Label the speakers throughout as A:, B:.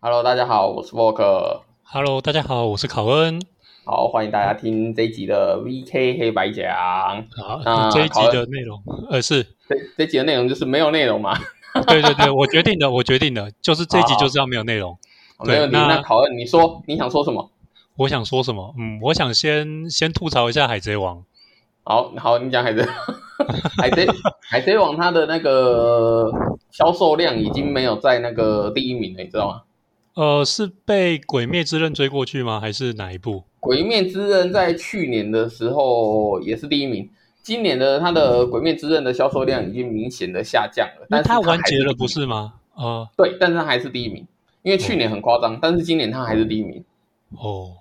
A: Hello，大家好，我是 Walker。
B: Hello，大家好，我是考恩。
A: 好，欢迎大家听这一集的 VK 黑白讲。
B: 好，
A: 那
B: 呃这一
A: 考
B: 集
A: 恩
B: 的内容，呃，是
A: 这这集的内容就是没有内容嘛？
B: 对对对，我决定的，我决定的，就是这一集
A: 好
B: 就是要没有内容。对
A: 没有你，
B: 那
A: 那考恩，你说你想说什么？
B: 我想说什么？嗯，我想先先吐槽一下《海贼王》。
A: 好好，你讲海 贼海 贼海贼王，它的那个销售量已经没有在那个第一名了，你知道吗？
B: 呃，是被《鬼灭之刃》追过去吗？还是哪一部？
A: 《鬼灭之刃》在去年的时候也是第一名，今年的它的《鬼灭之刃》的销售量已经明显的下降了，但是
B: 那
A: 它
B: 它完
A: 还
B: 结
A: 是
B: 了
A: 第一
B: 不
A: 名？
B: 是吗？呃，
A: 对，但是它还是第一名，因为去年很夸张，但是今年它还是第一名。
B: 哦，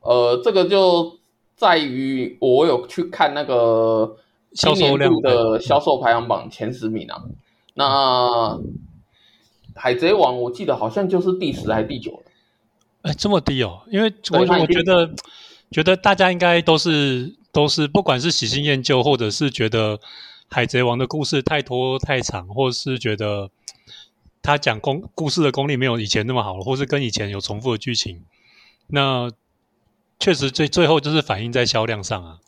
A: 呃，这个就在于我有去看那个今
B: 销售
A: 年
B: 量
A: 度的销售排行榜前十名啊。那《海贼王》我记得好像就是第十还是第九了
B: 哎，这么低哦，因为我
A: 它已
B: 我
A: 经
B: 觉得，觉得大家应该都是都是，不管是喜新厌旧，或者是觉得《海贼王》的故事太拖太长，或是觉得他讲功故事的功力没有以前那么好了，或是跟以前有重复的剧情，那确实最最后就是反映在销量上啊。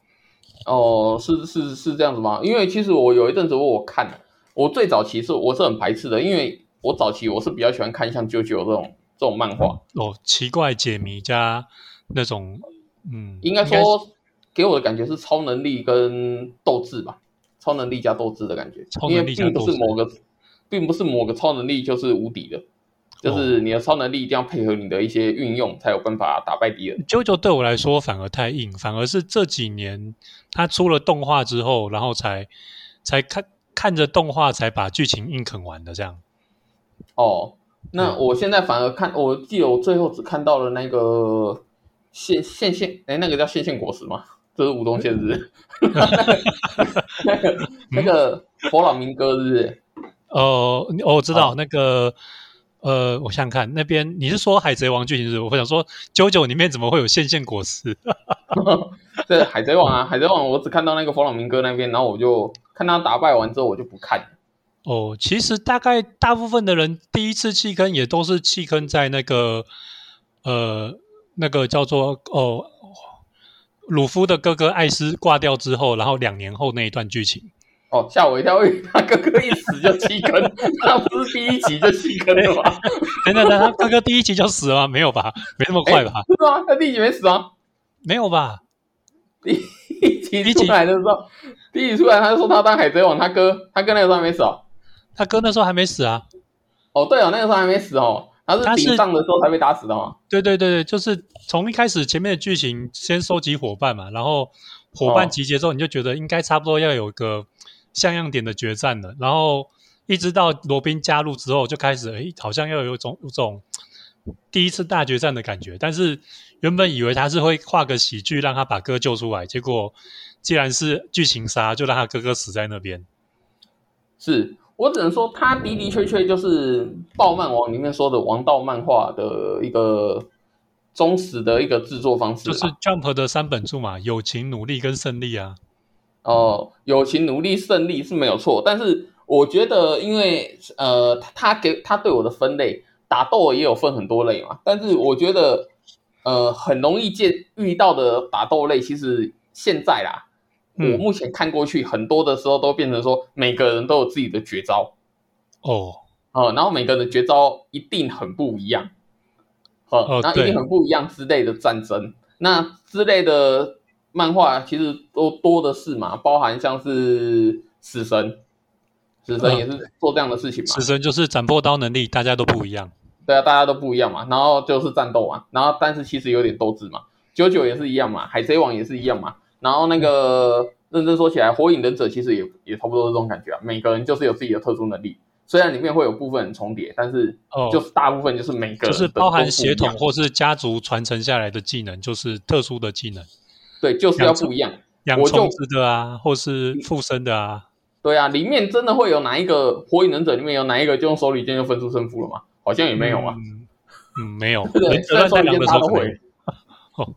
A: 哦，是是是这样子吗？因为其实我有一阵子我看，我最早期是我是很排斥的，因为我早期我是比较喜欢看像《啾啾》这种这种漫画，
B: 哦，奇怪解谜加那种，嗯，
A: 应该
B: 是
A: 说给我的感觉是超能力跟斗志吧，超能力加斗志的感觉，
B: 超
A: 因为
B: 能力加
A: 并
B: 斗
A: 不
B: 志哦
A: 是某个，并不是某个超能力就是无敌的，就是你的超能力一定要配合你的一些运用才有办法打败敌人。
B: 啾啾对我来说反而太硬，反而是这几年他出了动画之后，然后才才看看着动画才把剧情硬啃完的这样。
A: 哦，那
B: 嗯
A: 我现在反而看，我记得我最后只看到了那个线线线，哎，那个叫线线果实吗？这是吴宗宪是不是？ 那个那个
B: 嗯
A: 佛朗明哥是不是？
B: 哦、你哦，我知道、
A: 好
B: 那个，呃，我想想看那边，你是说《海贼王》剧情是不是？我想说，啾啾里面怎么会有线线果实？
A: 这海贼王啊，海贼王，我只看到那个佛朗明哥那边，然后我就看他打败完之后，我就不看了。
B: 哦，其实大概大部分的人第一次弃坑也都是弃坑在那个呃那个叫做哦鲁夫的哥哥艾斯挂掉之后，然后两年后那一段剧情。
A: 哦，吓我一跳！因为他哥哥一死就弃坑， 他不是第一集就弃坑了吗？
B: 等等等，哎他哥哥第一集就死了吗？没有吧，没那么快吧？
A: 是吗？他第一集没死啊？
B: 没有吧？
A: 第一集出来的时候，第一集出来他就说他当海贼王，他哥他哥那个时候还没死哦。
B: 他哥那时候还没死啊。
A: 哦，对哦，那个时候还没死哦，他是
B: 他是
A: 顶上的时候才被打死的哦嘛。
B: 对对对对，就是从一开始前面的剧情先收集伙伴嘛，然后伙伴
A: 哦
B: 集结之后，你就觉得应该差不多要有个像样点的决战了。然后一直到罗宾加入之后，就开始诶，好像要有一种有种第一次大决战的感觉。但是原本以为他是会画个喜剧让他把哥救出来，结果既然是剧情杀，就让他哥哥死在那边。
A: 是我只能说，他的的确确就是《暴漫王》里面说的王道漫画的一个忠实的一个制作方式
B: 就
A: 啦，
B: 是啊 Jump 的三本柱嘛，友情、努力跟胜利啊。
A: 哦，友情、努力、胜利是没有错，但是我觉得，因为呃，他他给他对我的分类，打斗也有分很多类嘛，但是我觉得，呃，很容易见遇到的打斗类，其实现在啦，
B: 嗯
A: 我目前看过去很多的时候都变成说，每个人都有自己的绝招
B: 哦，
A: 啊、呃然后每个人的绝招一定很不一样，呃，
B: 哦
A: 那一
B: 对
A: 定很不一样之类的战争，那之类的漫画其实都多的是嘛，包含像是死神，死神
B: 嗯
A: 也是做这样的事情嘛，
B: 死神就是斩破刀能力，大家都不一样。
A: 对啊，大家都不一样嘛，然后就是战斗嘛，然后但是其实有点斗志嘛，九九也是一样嘛，海贼王也是一样嘛，然后那个认真说起来，火影忍者其实也也差不多是这种感觉啊，每个人就是有自己的特殊能力。虽然里面会有部分重叠，但是
B: 哦，
A: 就是大部分就是每个
B: 就
A: 人
B: 是
A: 的
B: 包含
A: 都不一
B: 血
A: 样
B: 统或是家族传承下来的技能，就是特殊的技能，
A: 对，就是要不一样。
B: 养
A: 我就嗯
B: 虫子的啊，或是附身的啊。
A: 对啊，里面真的会有哪一个火影忍者里面有哪一个就用手里剑就分出胜负了吗？好像也没有啊。
B: 嗯，嗯没有。
A: 对
B: 忍者乱太郎的时候可能有哦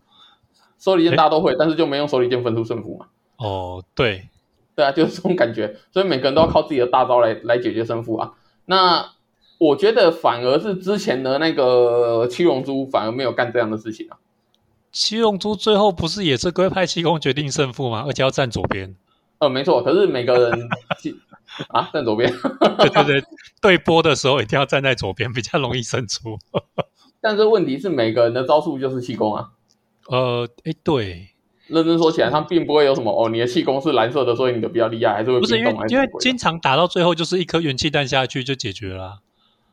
A: 手里剑大家都会，但是就没用手里剑分出胜负嘛。
B: 哦，对，
A: 对啊，就是这种感觉，所以每个人都要靠自己的大招来来解决胜负啊。那我觉得反而是之前的那个七龙珠反而没有干这样的事情啊。
B: 七龙珠最后不是也是龟派气功决定胜负吗？而且要站左 边，
A: 呃，没错，可是每个 人其啊站左边，
B: 对对对，对波的时候一定要站在左边，比较容易胜出。
A: 但是问题是每个人的招数就是气功啊。
B: 呃，哎，对，
A: 认真说起来，他并不会有什么哦，你的气功是蓝色的，所以你的比较厉害，还是会
B: 不是
A: 冰
B: 因为
A: 冻还是什
B: 因为
A: 么鬼的啊
B: 经常打到最后就是一颗元气弹下去就解决了啊、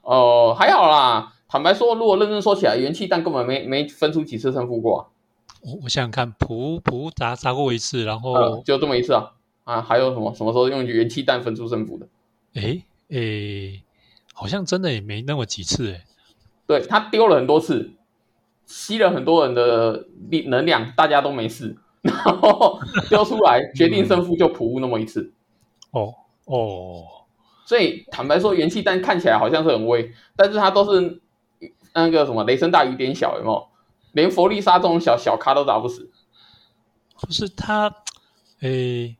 A: 哦、还好啦。坦白说，如果认真说起来，元气弹根本没没分出几次胜负过、啊，
B: 我我想想看，普普砸砸过一次，然
A: 呃
B: 后
A: 就这么一次啊啊！还有什么什么时候用元气弹分出胜负的？
B: 诶诶，好像真的也没那么几次诶。
A: 对他丢了很多次，吸了很多人的力能量，大家都没事， 然后丢出来决定胜负就普悟那么一次。
B: 哦哦，
A: 所以坦白说，元气弹看起来好像是很威，但是它都是那个什么雷声大雨点小，有没有？连佛利萨这种小小咖都打不死。
B: 不是他，诶，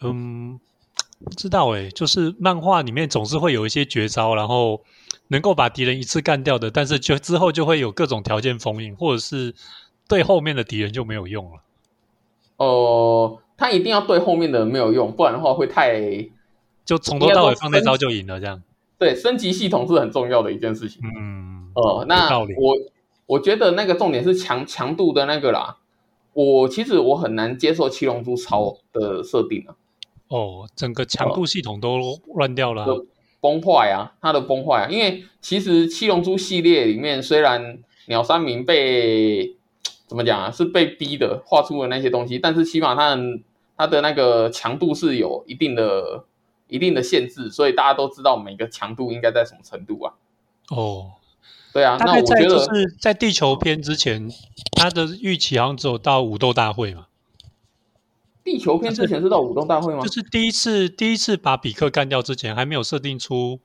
B: 嗯，不知道诶，就是漫画里面总是会有一些绝招，然后能够把敌人一次干掉的，但是就之后就会有各种条件封印，或者是对后面的敌人就没有用了。
A: 哦、他一定要对后面的人没有用，不然的话会太
B: 就从头到尾放那招就赢了，这样。
A: 对升级系统是很重要的一件事情。
B: 嗯，
A: 哦、那
B: 有道理
A: 我我觉得那个重点是强强度的那个啦。我其实我很难接受七龙珠超的设定啊，
B: 哦，整个强度系统都乱掉了啊。
A: 就崩坏啊，它的崩坏啊，因为其实七龙珠系列里面，虽然鸟山明被怎么讲啊，是被逼的画出的那些东西，但是起码它的它的那个强度是有一定的一定的限制，所以大家都知道每个强度应该在什么程度啊。
B: 哦，
A: 对啊，
B: 大
A: 那
B: 概
A: 我
B: 在
A: 觉
B: 就
A: 得
B: 是在地球篇之前，他的预期好像只有到武斗大会嘛，
A: 地球篇之前是到武动大会吗
B: 就？是第一次第一次把比克干掉之前，还没有设定出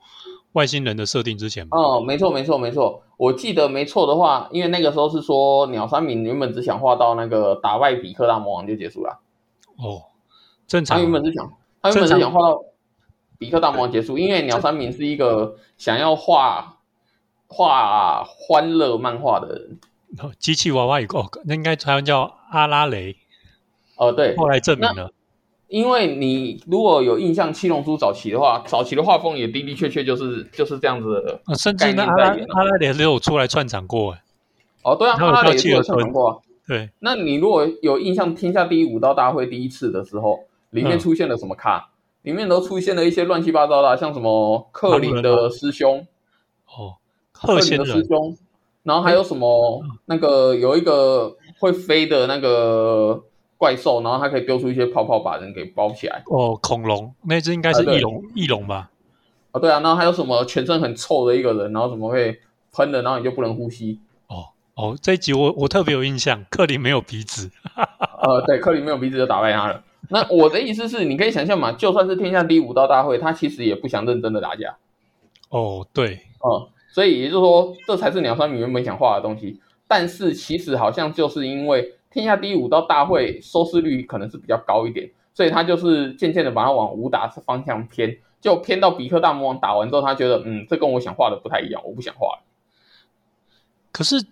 B: 外星人的设定之前嘛。
A: 哦，没错，没错，没错。我记得没错的话，因为那个时候是说鸟山明原本只想画到那个打败比克大魔王就结束了，啊
B: 哦，正
A: 他
B: 常
A: 原本是想，他原本
B: 正
A: 是
B: 常
A: 想画到比克大魔王结束，因为鸟山明是一个想要画画欢乐漫画的人。
B: 哦机器娃娃有个哦，那应该台湾叫阿拉蕾，
A: 哦，对，
B: 后来证明了。
A: 因为你如果有印象《七龙珠》早期的话，早期的画风也的的确确就是就是这样子的。
B: 呃甚至
A: 概
B: 那
A: 念
B: 阿拉
A: 在原
B: 阿拉蕾也有出来串场过，哎，
A: 哦，对啊，
B: 那我
A: 阿拉
B: 到
A: 蕾也
B: 契
A: 是有
B: 尔
A: 上
B: 顿
A: 传过啊。
B: 对，
A: 那你如果有印象，天下第一武道大会第一次的时候，里面
B: 嗯
A: 出现了什么咖？里面都出现了一些乱七八糟的啊、像什么克林的师兄、
B: 哦，
A: 克
B: 贺
A: 林
B: 仙
A: 的师
B: 人，哎
A: 兄，然后还有什么那个有一个会飞的那个怪兽，然后它可以丢出一些泡泡把人给包起来。
B: 哦，恐龙那只应该
A: 啊
B: 是
A: 对
B: 翼龙，翼龙吧？
A: 哦，对啊，然后还有什么全身很臭的一个人，然后怎么会喷了，然后你就不能呼吸？
B: 哦哦，这一集我我特别有印象，克林没有鼻子。
A: 呃，
B: 啊
A: 对，克里没有鼻子就打败他了。那我的意思是，你可以想象嘛，就算是天下第一武道大会，他其实也不想认真的打架。
B: 哦，对，
A: 哦，所以也就是说，这才是鸟山明原本想画的东西。但是其实好像就是因为天下第一武道大会收视率可能是比较高一点，所以他就是渐渐的把它往武打方向偏，就偏到比克大魔王打完之后，他觉得嗯，这跟我想画的不太一样，我不想画了。
B: 可是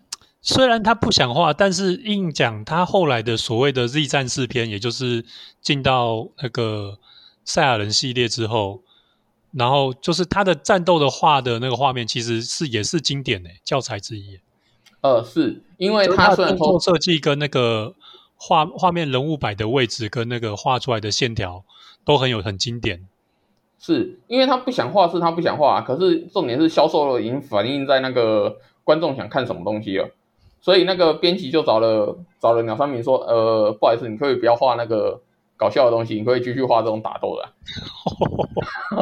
B: 虽然他不想画，但是硬讲他后来的所谓的 Z 战士篇，也就是进到那个赛亚人系列之后，然后就是他的战斗的画的那个画面，其实是也是经典诶、教材之一、
A: 呃，是因为
B: 就是
A: 他
B: 的
A: 虽然
B: 动
A: 说
B: 作设计跟那个画画面人物摆的位置跟那个画出来的线条都很有很经典。
A: 是因为他不想画，是他不想画，啊可是重点是销售已经反映在那个观众想看什么东西了，所以那个编辑就找了找了鸟山明说，呃，不好意思，你可不可以不要画那个搞笑的东西，你可以继续画这种打斗的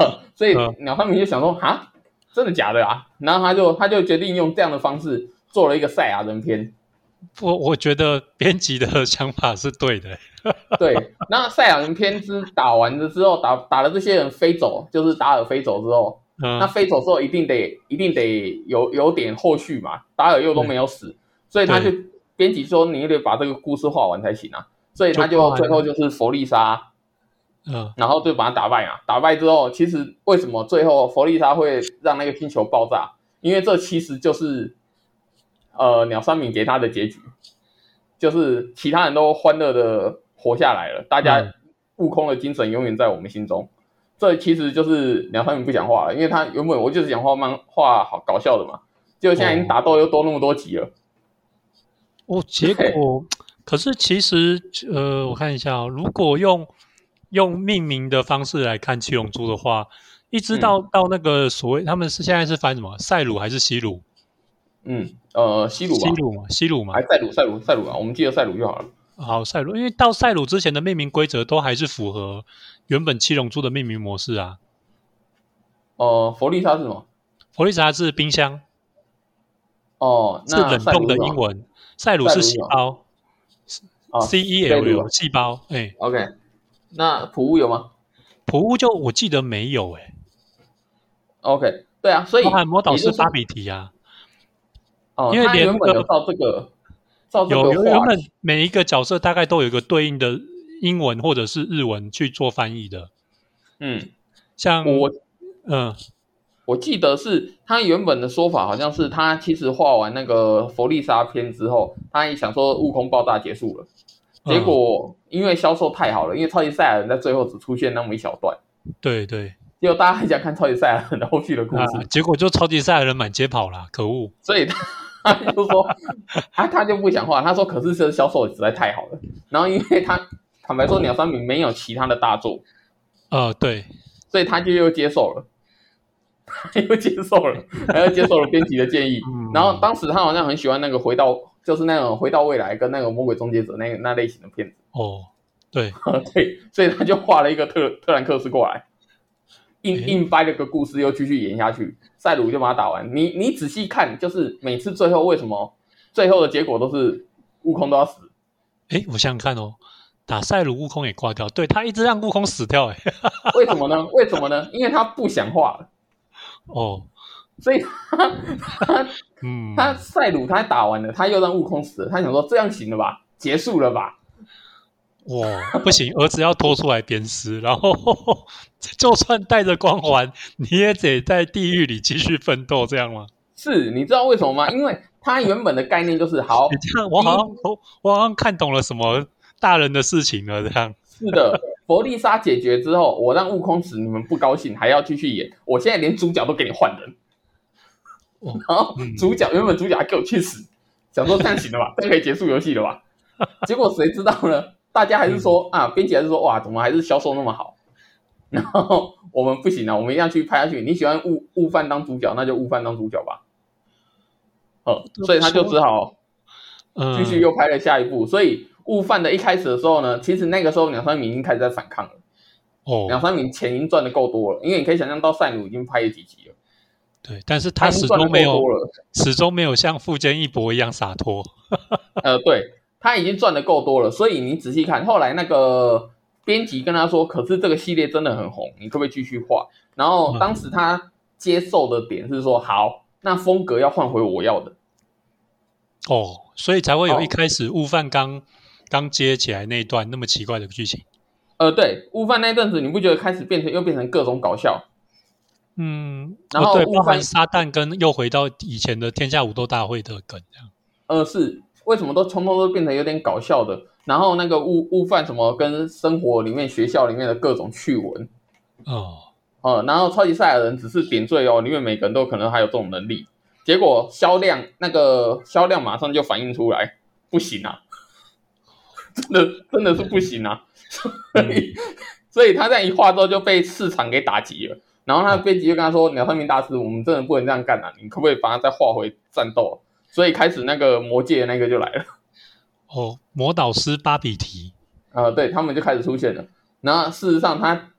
A: 啊、 所以
B: 嗯
A: 鸟山明就想说，哈，真的假的啊？然后他就他就决定用这样的方式做了一个赛亚人篇，
B: 我我觉得编辑的想法是对的、
A: 对，那赛亚人篇之打完了之后，打打了这些人飞走，就是达尔飞走之后，
B: 嗯，
A: 那飞走之后一定得一定得有有点后续嘛，达尔又都没有死，所以他就编辑说你也得把这个故事画完才行啊，所以他
B: 就画
A: 就
B: 完
A: 最后就是佛利莎
B: 嗯
A: 然后就把他打败嘛。打败之后，其实为什么最后弗利萨会让那个星球爆炸？因为这其实就是呃鸟山明给他的结局，就是其他人都欢乐的活下来了，大家
B: 嗯
A: 悟空的精神永远在我们心中。这其实就是鸟山明不讲话了，因为他原本我就是想画漫画好搞笑的嘛，结果现在已经打斗又多那么多集了。
B: 哦，结果可是其实呃，我看一下、哦，如果用用命名的方式来看七龙珠的话，一直到、
A: 嗯
B: 到那个所谓他们是现在是翻什么赛鲁还是西鲁？
A: 嗯，呃，西鲁吧
B: 西，鲁嘛，西鲁嘛
A: 还。赛鲁赛鲁赛鲁啊，我们记得赛鲁就好了。
B: 好，赛鲁，因为到赛鲁之前的命名规则都还是符合原本七龙珠的命名模式啊。
A: 呃，佛利萨是什么？
B: 佛利萨是冰箱，
A: 哦，
B: 是
A: 那
B: 冷
A: 赛
B: 冻
A: 鲁
B: 的
A: 是什么
B: 英文；赛鲁是细胞
A: 啊
B: ，C E
A: 赛鲁
B: L
A: 啊
B: L 细胞。哎，
A: OK，那普乌有吗
B: 普乌就我记得没有哎、
A: ？OK，对啊，所以
B: 包含魔导
A: 也
B: 士
A: 就是
B: 巴比提啊，
A: 哦，
B: 因为
A: 他
B: 连
A: 原
B: 那
A: 本
B: 个
A: 有照这个照这
B: 有有
A: 个
B: 原
A: 画，
B: 本每一个角色大概都有一个对应的英文或者是日文去做翻译的，
A: 嗯，
B: 像
A: 我
B: 嗯
A: 我记得是他原本的说法好像是他其实画完那个佛利萨篇之后，他也想说悟空爆炸结束了，
B: 嗯
A: 结果因为销售太好了，因为超级赛亚人在最后只出现那么一小段，
B: 嗯对对
A: 结果大家很想看超级赛亚人的后续的故
B: 啊
A: 事，，
B: 结果就超级赛亚人满街跑啦，可恶！
A: 所以他他就说，他他就不讲话。他说，可是这个销售实在太好了。然后因为他坦白说，鸟山明没有其他的大作，
B: 呃，对，
A: 所以他就又接受了，他又接受了，他又接受了编辑的建议。
B: 嗯
A: 然后当时他好像很喜欢那个回到，就是那种回到未来跟那个魔鬼终结者那那类型的片子，
B: 哦，对，
A: 对， 所以他就画了一个特特兰克斯过来。硬
B: 诶
A: 硬掰了个故事，又继续演下去，赛鲁就把他打完。你你仔细看，就是每次最后为什么最后的结果都是悟空都要死，
B: 诶，我想想看哦，打赛鲁悟空也挂掉，对他一直让悟空死掉，诶，
A: 为什么呢？为什么呢？因为他不想画了，
B: 哦，
A: 所以他他
B: 嗯，
A: 他赛鲁他打完了，他又让悟空死了，他想说这样行了吧，结束了吧？
B: 哇，不行，儿子要拖出来鞭尸，然后 就算带着光环，你也得在地狱里继续奋斗，这样吗？
A: 是你知道为什么吗？因为他原本的概念就是好
B: 你， 这样，我好像我我好像看懂了什么大人的事情了，这样。
A: 是的，佛利莎解决之后，我让悟空死，你们不高兴还要继续演，我现在连主角都给你换人
B: 哦，
A: 然后
B: 嗯
A: 主角原本主角还给我去死，想说这样行了 吧，这样可以结束游戏了吧？结果谁知道呢？大家还是说
B: 嗯
A: 啊，编辑还是说哇，怎么还是销售那么好？然后我们不行啊了，我们一定要去拍下去。你喜欢悟悟饭当主角，那就悟饭当主角吧。哦，所以他就只好
B: 嗯，
A: 继续又拍了下一部。所以悟饭的一开始的时候呢，其实那个时候鸟山明已经开始在反抗了。鸟
B: 哦，
A: 山明钱已经赚的够多了，因为你可以想象到赛鲁已经拍了几集了，
B: 对，但是他
A: 已经
B: 始
A: 赚的
B: 终没
A: 够
B: 有
A: 多 了。
B: 始终没有像富坚义博一样洒脱。
A: 呃，对，他已经赚的够多了，所以你仔细看，后来那个编辑跟他说，可是这个系列真的很红，你可不可以继续画？然后当时他接受的点是说，好，那风格要换回我要的。
B: 哦，所以才会有
A: 哦
B: 一开始悟饭刚刚接起来那一段那么奇怪的剧情。
A: 呃，对，悟饭那一阵子，你不觉得开始变成又变成各种搞笑？
B: 嗯，
A: 然
B: 哦
A: 后
B: 对，
A: 悟
B: 包含
A: 饭
B: 撒旦跟又回到以前的天下武斗大会的梗这样。
A: 呃，是为什么都通通都变成有点搞笑的？然后那个悟悟饭什么跟生活里面、学校里面的各种趣闻，
B: 哦，
A: 呃，然后超级赛亚人只是点缀哦，因为每个人都可能还有这种能力。结果销量那个销量马上就反映出来，不行啊，真的真的是不行啊，所以 所以他这样一画之后就被市场给打击了。然后他的编辑就跟他说：“鸟山明大师，我们真的不能这样干啊，你可不可以把它再画回战斗？”啊所以开始那个魔界那个就来了，
B: 哦，魔导师巴比提。
A: 呃，对他们就开始出现了。然后事实上他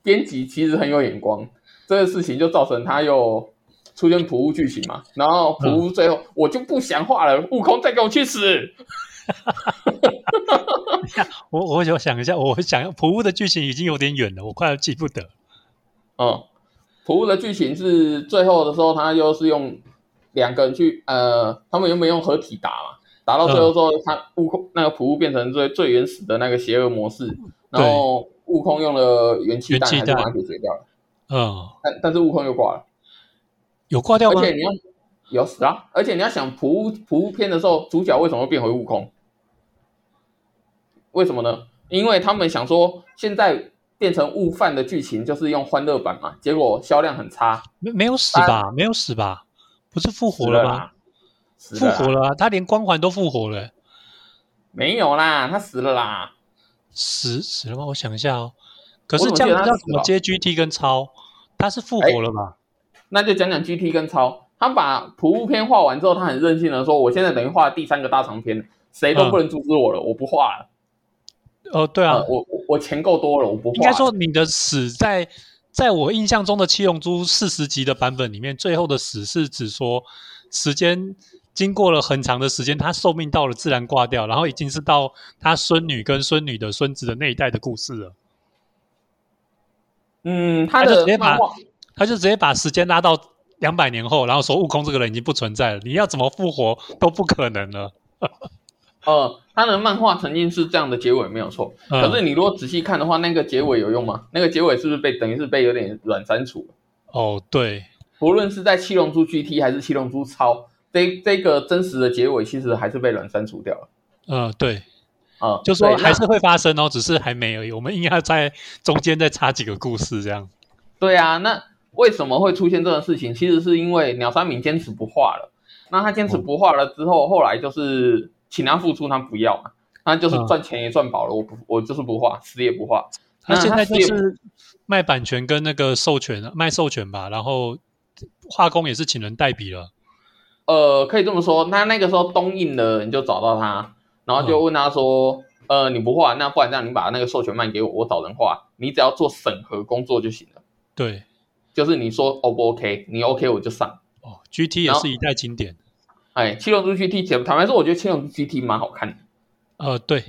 A: 编辑其实很有眼光，这个事情就造成他又出现普乌剧情嘛，然后普
B: 嗯
A: 乌最后、我就不想画了，悟空再给我去死！
B: 我我就想一下，我想要普乌的剧情已经有点远了，我快要记不得。
A: 嗯，普乌的剧情是最后的时候，他又是用两个人去呃，他们原本用合体打嘛，打
B: 嗯
A: 到最后之后，他悟空那个普乌变成最最原始的那个邪恶模式，然后悟空用了元气弹，
B: 元
A: 还
B: 气
A: 是
B: 弹
A: 把它解决掉了。
B: 嗯，
A: 但但是悟空又挂了，
B: 有挂掉
A: 而
B: 吗？
A: 且你要有死啊！而且你要想普乌普乌篇的时候，主角为什么会变回悟空？为什么呢？因为他们想说，现在变成悟饭的剧情就是用欢乐版嘛，结果销量很差，
B: 没没有
A: 啊
B: 死吧？没有死吧？不是复活
A: 死了
B: 吗？
A: 啦，死
B: 复
A: 了啦
B: 活了啊！他连光环都复活了欸，
A: 没有啦，他死了啦。
B: 死死了吗？我想一下哦。可
A: 我
B: 是
A: 怎么记得
B: 这样子
A: 他
B: 要
A: 死
B: 怎么
A: 了
B: 接 GT 跟超？他是复
A: 哎
B: 活了吧？
A: 那就讲讲 GT 跟超，他把普物篇画完之后，他很任性的说：“我现在等于画第三个大长篇，谁都不能阻止我了，我不画了。
B: 哦，嗯对啊
A: 呃，我我我钱够多了，我不画了。”
B: 应该说你的死在在我印象中的《七龙珠》四十集的版本里面，最后的死是指说时间经过了很长的时间，他寿命到了自然挂掉，然后已经是到他孙女跟孙女的孙子的那一代的故事了。
A: 嗯，他
B: 他就
A: 的
B: 直接把
A: 漫画
B: 他就直接把时间拉到两百年后，然后说悟空这个人已经不存在了，你要怎么复活都不可能了。
A: 呃，他的漫画曾经是这样的结尾没有错，
B: 嗯、
A: 可是你如果仔细看的话，那个结尾有用吗？那个结尾是不是被等于是被有点软删除了？
B: 哦，对，
A: 不论是在《七龙珠 GT》还是《七龙珠超》，这这个真实的结尾其实还是被软删除掉了。
B: 呃，对，
A: 啊、
B: 就说
A: 对那
B: 还是会发生哦，只是还没而已。我们硬要在中间再插几个故事这样。
A: 对啊，那为什么会出现这种事情？其实是因为鸟山明坚持不画了。那他坚持不画了之后，后来就是请他付出，他不要嘛。他就是
B: 嗯
A: 赚钱也赚饱了，我不，我就是不画，死也不画。
B: 他
A: 那
B: 现在
A: 他
B: 就
A: 也
B: 是卖版权跟那个授权啊，卖授权吧，然后画工也是请人代笔了。
A: 呃，可以这么说，那那个时候东印的人就找到他，然后就问他说，呃，你不画，那不然这样，你把那个授权卖给我，我找人画，你只要做审核工作就行了，
B: 对，
A: 就是你说 O 不 OK，你 OK 我就上。
B: 哦，GT 也
A: 然后
B: 是一代经典。
A: 哎，七龙珠 GT，坦坦白说，我觉得七龙珠 GT 蛮好看的。
B: 呃，对，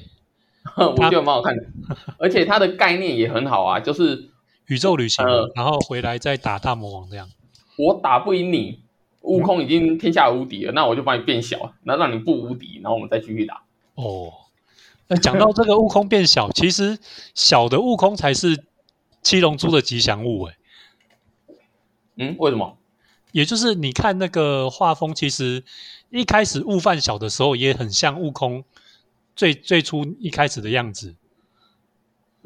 A: 我觉得蛮好看的，而且它的概念也很好啊，就是
B: 宇宙旅行，
A: 呃
B: 然后回来再打大魔王这样。
A: 我打不赢你，悟空已经天下无敌了，那我就把你变小，那让你不无敌，然后我们再继续打。
B: 哦，那讲到这个悟空变小，其实小的悟空才是七龙珠的吉祥物诶，
A: 嗯，为什么？
B: 也就是你看那个画风，其实一开始悟饭小的时候也很像悟空最最初一开始的样子。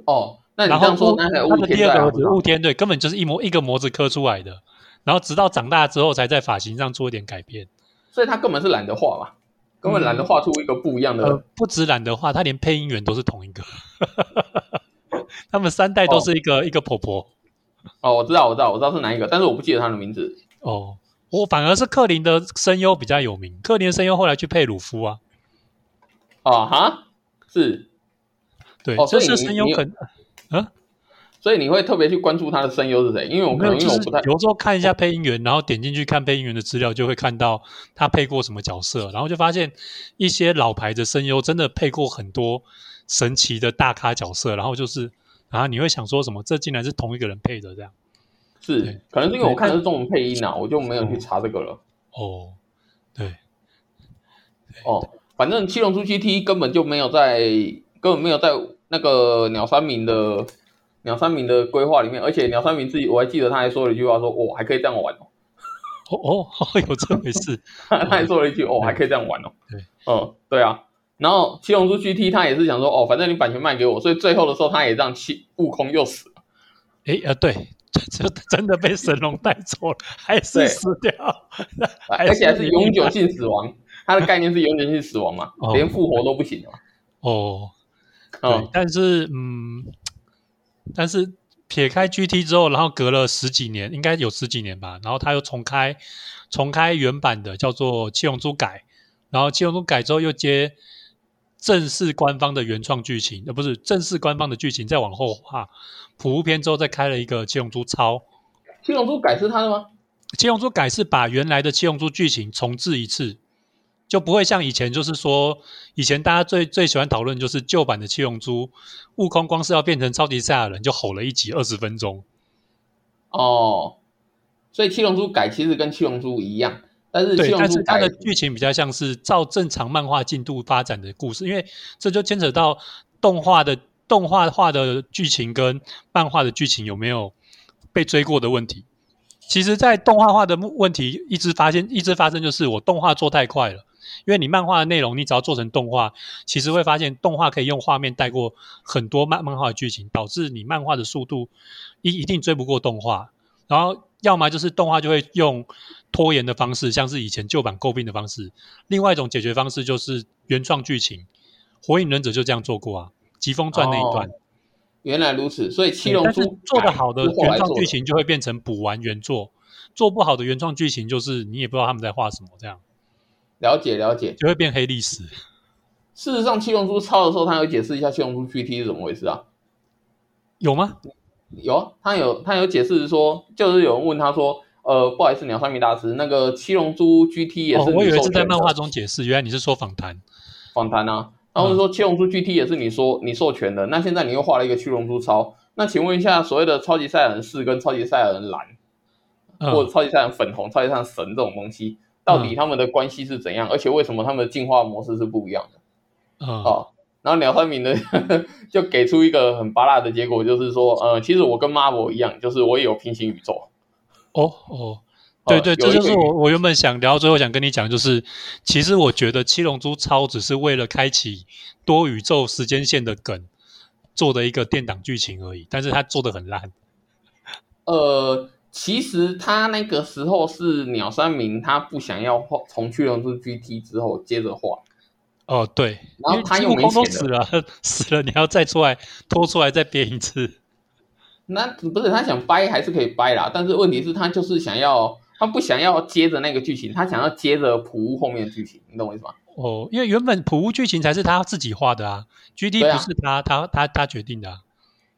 A: 哦，那你
B: 然
A: 这
B: 后
A: 样说
B: 悟，
A: 那才
B: 他
A: 悟
B: 的
A: 天
B: 第二
A: 在
B: 个
A: 啊
B: 儿子悟天对，根本就是一模一个模子刻出来的。然后直到长大之后，才在发型上做一点改变。
A: 所以他根本是懒得画嘛，根本懒得画出一个不一样的。
B: 呃，不止懒的话，他连配音员都是同一个， 他们三代都是一个、一个婆婆。
A: 哦，我知道，我知道，我知道是哪一个，但是我不记得他的名字。
B: 哦，我反而是克林的声优比较有名，克林的声优后来去配鲁夫啊，
A: 哦哈，是，
B: 对，
A: 哦所
B: 这
A: 以
B: 是
A: 你
B: 声优
A: 你
B: 肯，
A: 所以你会特别去关注他的声优是谁？因为我可
B: 没有
A: 能因为
B: 就是
A: 我不太
B: 有时候看一下配音员，然后点进去看配音员的资料，就会看到他配过什么角色，然后就发现一些老牌的声优真的配过很多神奇的大咖角色，然后就是啊，你会想说什么？这竟然是同一个人配的这样对
A: 是，可能是因为我看的
B: 对嗯
A: 是中文配音啊，我就没有去查这个了。
B: 哦，对，
A: 哦，反正七龙珠 GT 根本就没有在，根本没有在那个鸟山明的鸟山明的规划里面，而且鸟山明自己我还记得他还说了一句话说，哦，还可以这样玩哦，
B: 哦哦， 有这回事，
A: 他还说了一句，哦，还可以这样玩哦，
B: 对，
A: 嗯，对啊。然后七龙珠 GT 他也是想说，哦，反正你版权卖给我，所以最后的时候他也让七悟空又死了，
B: 诶，呃，对。 就真的被神龙带走了，还是
A: 对
B: 死掉？还是
A: 而且还是
B: 你
A: 永久性死亡，他的概念是永久性死亡嘛，
B: 哎哦
A: 连复活都不行了嘛，
B: 哦，对
A: 嗯，，
B: 但是嗯，但是撇开 GT 之后，然后隔了十几年，应该有十几年吧，然后他又重开重开原版的叫做《七龙珠改》，然后《七龙珠改》之后又接正式官方的原创剧情，呃，不是正式官方的剧情，再往后画普物篇之后，再开了一个《七龙珠超》。
A: 七龙珠改是他的吗？
C: 七
B: 七龙珠改是把原来的七龙珠剧情重置一次，就不会像以前，就是说以前大家最最喜欢讨论就是旧版的七龙珠，悟空光是要变成超级赛亚人就吼了一集二十分钟。
A: 哦，所以七龙珠改其实跟七龙珠一样，但是
B: 对
A: 七，龙
B: 但
A: 珠
B: 是它
A: 改
B: 的剧情比较像是照正常漫画进度发展的故事，因为这就牵扯到动画的。动画化的剧情跟漫画的剧情有没有被追过的问题。其实，在动画化的问题一直发现，一直发生，就是我动画做太快了。因为你漫画的内容，你只要做成动画，其实会发现动画可以用画面带过很多漫漫画的剧情，导致你漫画的速度一一定追不过动画。然后，要么就是动画就会用拖延的方式，像是以前旧版诟病的方式；另外一种解决方式就是原创剧情，《火影忍者》就这样做过啊，《疾风传》那一段。
A: 哦原来如此，所以七龙
B: 但是
A: 珠
B: 做
A: 改
B: 的好的
A: 是后来
B: 原创
A: 做
B: 剧
A: 的
B: 情就会变成补完原作，做不好的原创剧情就是你也不知道他们在画什么，这样
A: 了解了解。
B: 就会变黑历史。
A: 事实上，七龙珠超的时候，他有解释一下七龙珠 GT 是怎么回事啊？
B: 有吗？
A: 有啊，他有他有解释说，就是有人问他说，呃，不好意思，鸟山明大师，那个七龙珠 GT 也
B: 哦
A: 是、，
B: 我以为是在漫画中解释，原来你是说访谈。
A: 访谈啊，然后就说
B: 嗯
A: 七龙珠 GT 也是你说你授权的，那现在你又画了一个七龙珠超，那请问一下，所谓的超级赛亚人四跟超级赛亚人蓝，或者
B: 嗯，
A: 超级赛亚人粉红、超级赛亚人神这种东西，到底他们的关系是怎样？而且为什么他们的进化模式是不一样的？
B: 嗯，
A: 哦，然后鸟山明呢 就给出一个很拔辣的结果，就是说，呃，其实我跟 Marvel 一样，就是我也有平行宇宙。
B: 哦哦，
A: 哦
B: 对对，
A: 有
B: 这
A: 一
B: 就是
A: 个
B: 我我原本想聊，最后想跟你讲，就是其实我觉得《七龙珠超》只是为了开启多宇宙时间线的梗做的一个垫档剧情而已，但是它做的很烂。
A: 呃，其实他那个时候是鸟山明，他不想要画从《七龙珠 GT》之后接着画，
B: 哦，对，
A: 然后
B: 因为
A: 他
B: 孙
A: 又
B: 悟
A: 没
B: 空都
A: 钱
B: 死了， 死了，你还要再出来拖出来再编一次。
A: 那不是他想掰还是可以掰啦，但是问题是，他就是想要，他不想要接着那个剧情，他想要接着普乌后面的剧情，你懂我意思吗？
B: 哦，因为原本普乌剧情才是他自己画的啊，GD
A: 对啊
B: 不是他、他他他决定的、啊。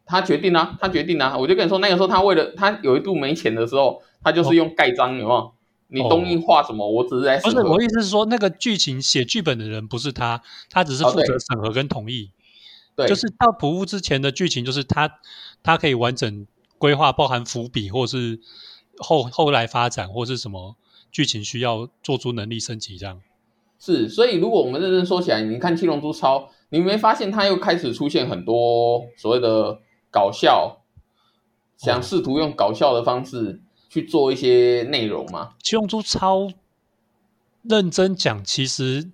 A: 他决定啦、啊他决定啦、我就跟你说，那个时候他为了他有一度没钱的时候，他就是用盖章，有没有？你东映画什么，我只是在
B: 哦不
A: 审
B: 是
A: 核。
B: 我意思是说，哦那个剧情写剧本的人不是他，他只是
A: 哦
B: 负责
A: 对
B: 审核跟同意。
A: 对，
B: 就是到普乌之前的剧情，就是他他可以完整规划，包含伏笔或是后后来发展或是什么剧情需要做出能力升级这样。
A: 是，所以如果我们认真说起来，你看《七龙珠超》，你没发现它又开始出现很多所谓的搞笑，
B: 哦
A: 想试图用搞笑的方式去做一些内容吗？
B: 七龙珠超认真讲，其实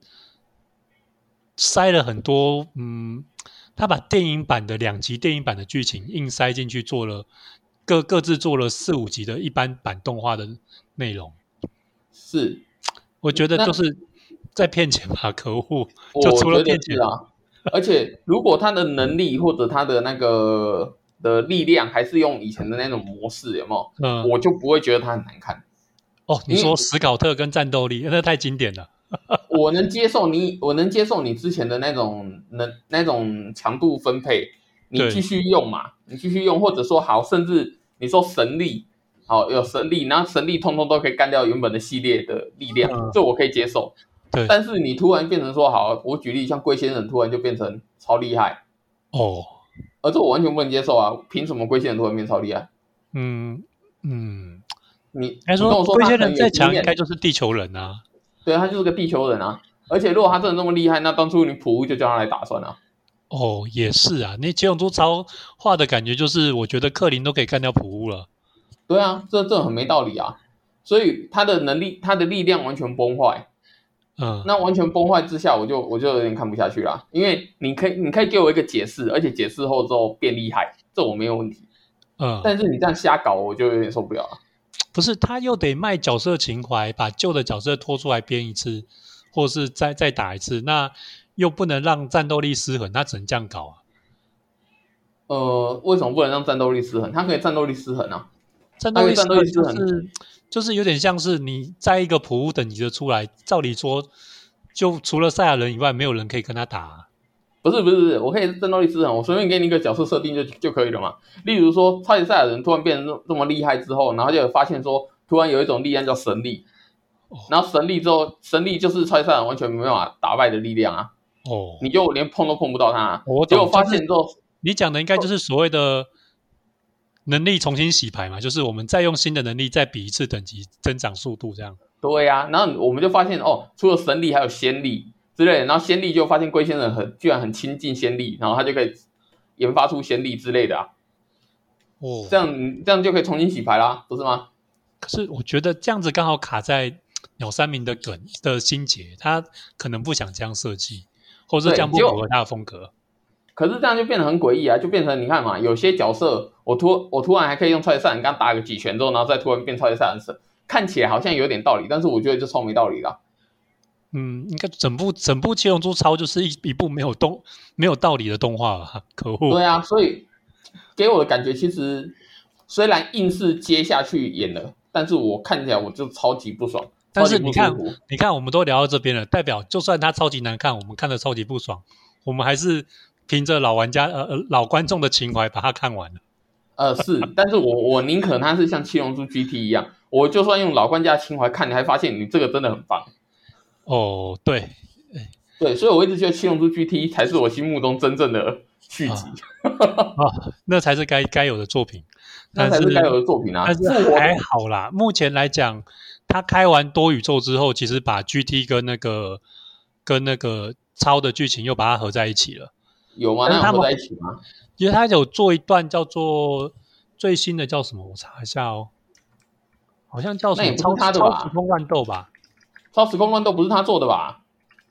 B: 塞了很多，嗯，他把电影版的两集电影版的剧情硬塞进去，做了各各自做了四五集的一般版动画的内容，
A: 是，
B: 我觉得
A: 那
B: 就是在骗钱吧，可恶！
A: 我
B: 就除了
A: 觉
B: 骗
A: 得
B: 钱
A: 是啊。而且如果他的能力或者他的那个的力量还是用以前的那种模式，有没有？
B: 嗯、
A: 我就不会觉得它很难看。
B: 哦，你
A: 因为
B: 说史考特跟战斗力，那太经典了。
A: 我能接受你，我能接受你之前的那种能那种强度分配，你
B: 对
A: 继续用嘛，你继续用，或者说好，甚至你说神力，好有神力，然后神力通通都可以干掉原本的系列的力量，
B: 嗯
A: 这我可以接受。
B: 对
A: 但是你突然变成说好，我举例，像龟仙人突然就变成超厉害，
B: 哦，
A: 而这我完全不能接受啊！凭什么龟仙人突然变超厉害？
B: 嗯嗯，
A: 你
B: 应该
A: 你跟
B: 说
A: 我说
B: 龟
A: 他
B: 仙
A: 很
B: 人
A: 有
B: 再
A: 经
B: 强，应
A: 验
B: 该就是地球人啊。
A: 对他就是个地球人啊！而且如果他真的这么厉害，那当初你普乌就叫他来打算了、啊。
B: 哦，也是啊，那七龙珠超画的感觉就是，我觉得克林都可以干掉普乌了。
A: 对啊，这这很没道理啊！所以他的能力，他的力量完全崩坏。
B: 嗯，
A: 那完全崩坏之下，我就我就有点看不下去啦。因为你可以，你可以给我一个解释，而且解释后之后变厉害，这我没有问题。
B: 嗯，
A: 但是你这样瞎搞，我就有点受不了了。
B: 不是，他又得卖角色情怀，把旧的角色拖出来编一次，或是再再打一次，那又不能让战斗力失衡，他只能这样搞啊。
A: 呃，为什么不能让战斗力失衡？他可以战斗力失衡啊！
B: 战斗力失
A: 战斗力
B: 衡
A: 失
B: 就
A: 衡
B: 是就是有点像是你在一个普乌等级的出来，照理说，就除了赛亚人以外，没有人可以跟他打啊、
A: 不是不是不是，我可以战斗力失衡，我随便给你一个角色设定就就可以了嘛。例如说，超级赛亚人突然变得这么厉害之后，然后就有发现说，突然有一种力量叫神力
B: 哦，
A: 然后神力之后，神力就是超级赛亚人完全没办法打败的力量啊。
B: 哦，
A: 你就连碰都碰不到他。啊
B: 我
A: 结
B: 懂
A: 果发
B: 就是
A: 现之后，
B: 你讲的应该就是所谓的能力重新洗牌嘛，就是我们再用新的能力再比一次等级增长速度这样。
A: 对呀、然后我们就发现哦，除了神力还有仙力之类的，然后仙力就发现龟仙人很居然很亲近仙力，然后他就可以研发出先例之类的啊，
B: 哦，
A: 这样这样就可以重新洗牌啦，不是吗？
B: 可是我觉得这样子刚好卡在鸟山明的梗的心结，他可能不想这样设计，或者是
A: 对
B: 这样不
A: 就
B: 符合他的风格。
A: 可是这样就变得很诡异啊，就变成你看嘛，有些角色我突我突然还可以用超级赛亚人刚打个几拳之后，然后再突然变超级赛亚人神，看起来好像有点道理，但是我觉得就超没道理啦。
B: 嗯，应该整部整部《七龙珠超》就是一一部没有动没有道理的动画吧？可恶！
A: 对啊，所以给我的感觉其实虽然硬是接下去演了，但是我看起来我就超级不爽。
B: 但是
A: 超级不
B: 你看
A: 舒服，
B: 你看，我们都聊到这边了，代表就算它超级难看，我们看的超级不爽，我们还是凭着老玩家呃呃老观众的情怀把它看完了。
A: 呃，是， 但是我我宁可它是像《七龙珠 GT》一样，我就算用老官家的情怀看，你还发现你这个真的很棒。
B: 哦，对，
A: 对，所以我一直觉得《七龙珠 GT》才是我心目中真正的续
B: 啊
A: 集，
B: 那才是该该有的作品。
A: 那
B: 但
A: 才
B: 是
A: 是该有的作品啊。
B: 但
A: 复
B: 是
A: 活
B: 还好啦，目前来讲，他开完多宇宙之后，其实把 GT 跟那个跟那个超的剧情又把它合在一起了，
A: 有吗？
B: 但是
A: 那有
B: 他
A: 合
B: 们
A: 在一起吗？
B: 因为他有做一段叫做最新的叫什么，我查一下哦，好像叫什
A: 那也
B: 么
A: 不是
B: 超
A: 他的吧
B: 超时空乱斗吧，
A: 超时空乱斗不是他做的吧？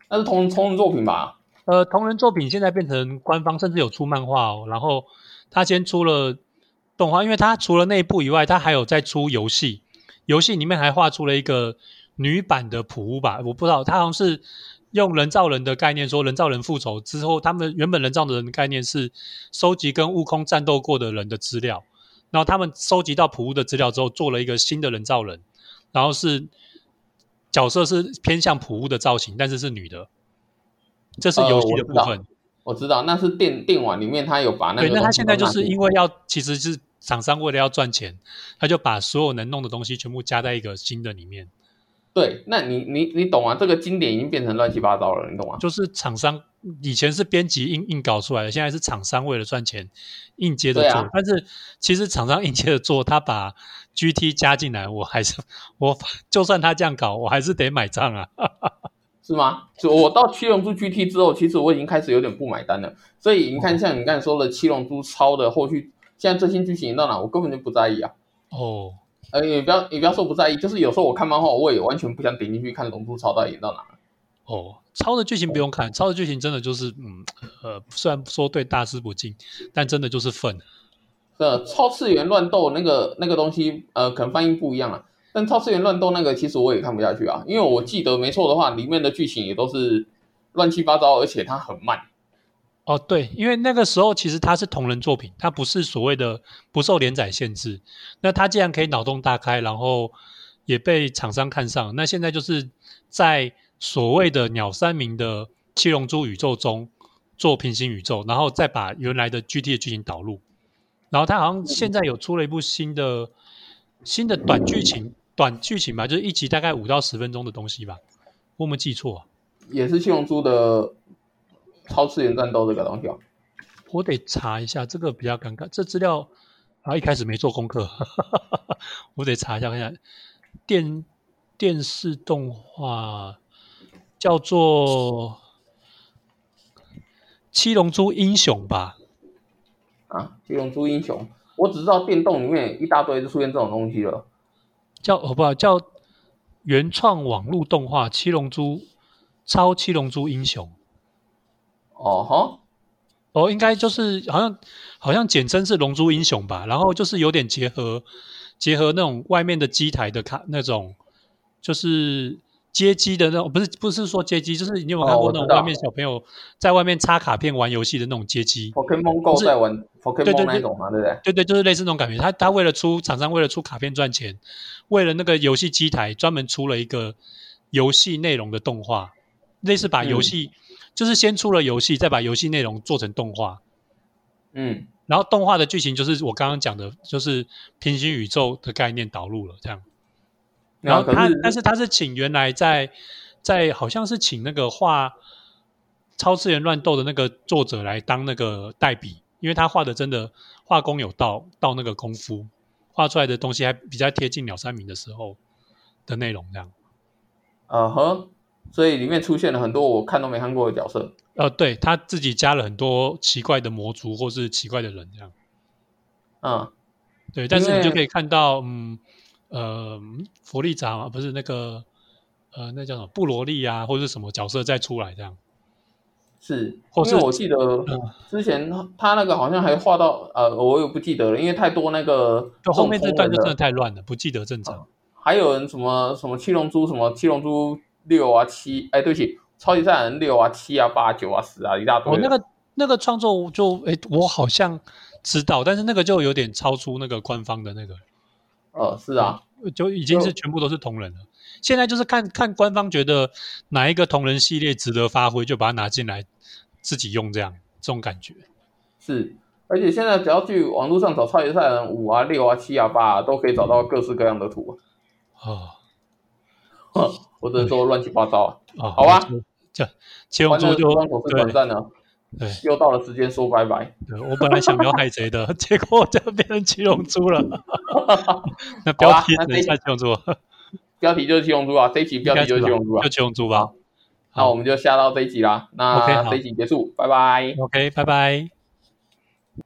A: 那是同同人作品吧？
B: 呃，同人作品现在变成官方，甚至有出漫画哦。然后他先出了动画，因为他除了内部以外，他还有在出游戏。游戏里面还画出了一个女版的普乌吧，我不知道，他好像是用人造人的概念说人造人复仇之后，他们原本人造人的概念是收集跟悟空战斗过的人的资料，然后他们收集到普乌的资料之后，做了一个新的人造人，然后是角色是偏向普乌的造型，但是是女的。这是
A: 呃
B: 游戏
A: 我
B: 的
A: 知
B: 部
A: 道
B: 分，
A: 我知道，那是电电玩里面他有把那个
B: 对，那他
A: 东西
B: 现
A: 都
B: 在就
A: 拿
B: 是
A: 进
B: 因为要，其实是厂商为了要赚钱，他就把所有能弄的东西全部加在一个新的里面，
A: 对，那你你你懂啊吗？这个经典已经变成乱七八糟了，你懂吗？
B: 就是厂商以前是编辑硬硬搞出来的，现在是厂商为了赚钱硬接着
A: 对啊
B: 做，但是其实厂商硬接着做，他把 GT 加进来，我还是我 就算他这样搞，我还是得买账啊。
A: 是吗？就我到七龙珠 GT 之后，其实我已经开始有点不买单了。所以你看，像你刚才说的七龙珠超的后续，现在最新剧情到哪，我根本就不在意啊。
B: 哦，
A: 呃，也不要也不要说不在意，就是有时候我看漫画，我也完全不想点进去看龙珠超到底演到哪。
B: 哦，超的剧情不用看，超的剧情真的就是，嗯，呃，虽然说对大师不敬，但真的就是愤。啊
A: 呃，超次元乱斗那个那个东西，呃，可能翻译不一样啊。但超次元乱斗那个，其实我也看不下去啊，因为我记得没错的话，里面的剧情也都是乱七八糟，而且它很慢。
B: 哦，对，因为那个时候其实它是同人作品，它不是所谓的不受连载限制。那它既然可以脑洞大开，然后也被厂商看上，那现在就是在所谓的鸟山明的《七龙珠》宇宙中做平行宇宙，然后再把原来的 GT 的剧情导入。然后他好像现在有出了一部新的新的短剧情，短剧情吧，就是一集大概五到十分钟的东西吧，我有没有记错啊？
A: 也是七龙珠的超次元战斗这个东西哦、
B: 我得查一下，这个比较尴尬，这资料啊一开始没做功课， 我得查一下看一下电电视动画叫做《七龙珠英雄》吧？
A: 啊，七龙珠英雄，我只知道电动里面一大堆就出现这种东西了。
B: 叫哦不叫原创网络动画《七龙珠超七龙珠英雄》
A: 哦吼，
B: 哦，应该就是好像好像简称是《龙珠英雄》吧，然后就是有点结合结合那种外面的机台的卡那种，就是街机的那种，不是不是说街机，就是你有没有看
A: 哦
B: 过
A: 我
B: 那种
A: 知道
B: 外面小朋友在外面插卡片玩游戏的那种街机？
A: ，Pokemon Go
B: 不是
A: 在玩
B: 对对
A: Pokemon 那一种嘛，对不对？
B: 对对，就是类似那种感觉。他他为了出厂商为了出卡片赚钱，为了那个游戏机台专门出了一个游戏内容的动画，类似把游
A: 嗯
B: 戏、就是先出了游戏，再把游戏内容做成动画。
A: 嗯，
B: 然后动画的剧情就是我刚刚讲的，就是平行宇宙的概念导入了这样。然后
A: 那
B: 他
A: 可是，
B: 但是他是请原来在在好像是请那个画《超次元乱斗》的那个作者来当那个代笔，因为他画的真的画工有到到那个功夫，画出来的东西还比较贴近鸟山明的时候的内容这样。
A: 呃呵，所以里面出现了很多我看都没看过的角色。
B: 呃，对他自己加了很多奇怪的魔族或是奇怪的人这样。
A: 嗯，
B: 对，但是
A: 因为
B: 你就可以看到，嗯，呃，佛利长啊，不是那个，呃，那叫什么布罗利啊，或者是什么角色再出来这样。
A: 是，
B: 或
A: 因为
B: 是嗯
A: 我记得之前他那个好像还画到呃，我也不记得了，因为太多那个
B: 就后面
A: 这
B: 这
A: 种
B: 段
A: 疯人
B: 就真
A: 的
B: 的太乱了，不记得正
A: 哦
B: 常。
A: 还有人什么什么七龙珠什么七龙珠六啊七，哎，对不起，超级赛亚人六啊七啊八啊九啊十啊一大堆
B: 哦，
A: 的。
B: 那个那个创作就，诶，我好像知道，但是那个就有点超出那个官方的那个，
A: 呃，是啊，
B: 就已经
A: 就是
B: 全部都是同人了。现在就是看看官方觉得哪一个同人系列值得发挥，就把它拿进来自己用，这样这种感觉。
A: 是。而且现在只要去网络上找超级赛亚人五啊六啊七啊八啊，都可以找到各式各样的图。
B: 哦
A: 我只能说乱七八糟啊。
B: 哦，
A: 好啊，
B: 这嗯七龙
A: 完
B: 珠
A: 了，
B: 就
A: 时光总是
B: 对
A: 短暂的，
B: 对
A: 又到了时间说拜拜。
B: 对，我本来想聊海贼的， 结果就变成七龙珠 了。那标题
A: 好啊那
B: 等一下七龙珠，
A: 标题就是七龙珠啊，这一集标 题就是七龙珠啊
B: 就。七龙珠吧。
A: 那我们就下到这一集啦，
B: OK，
A: 那
B: 好
A: 这一集结束，拜拜。
B: OK，拜拜。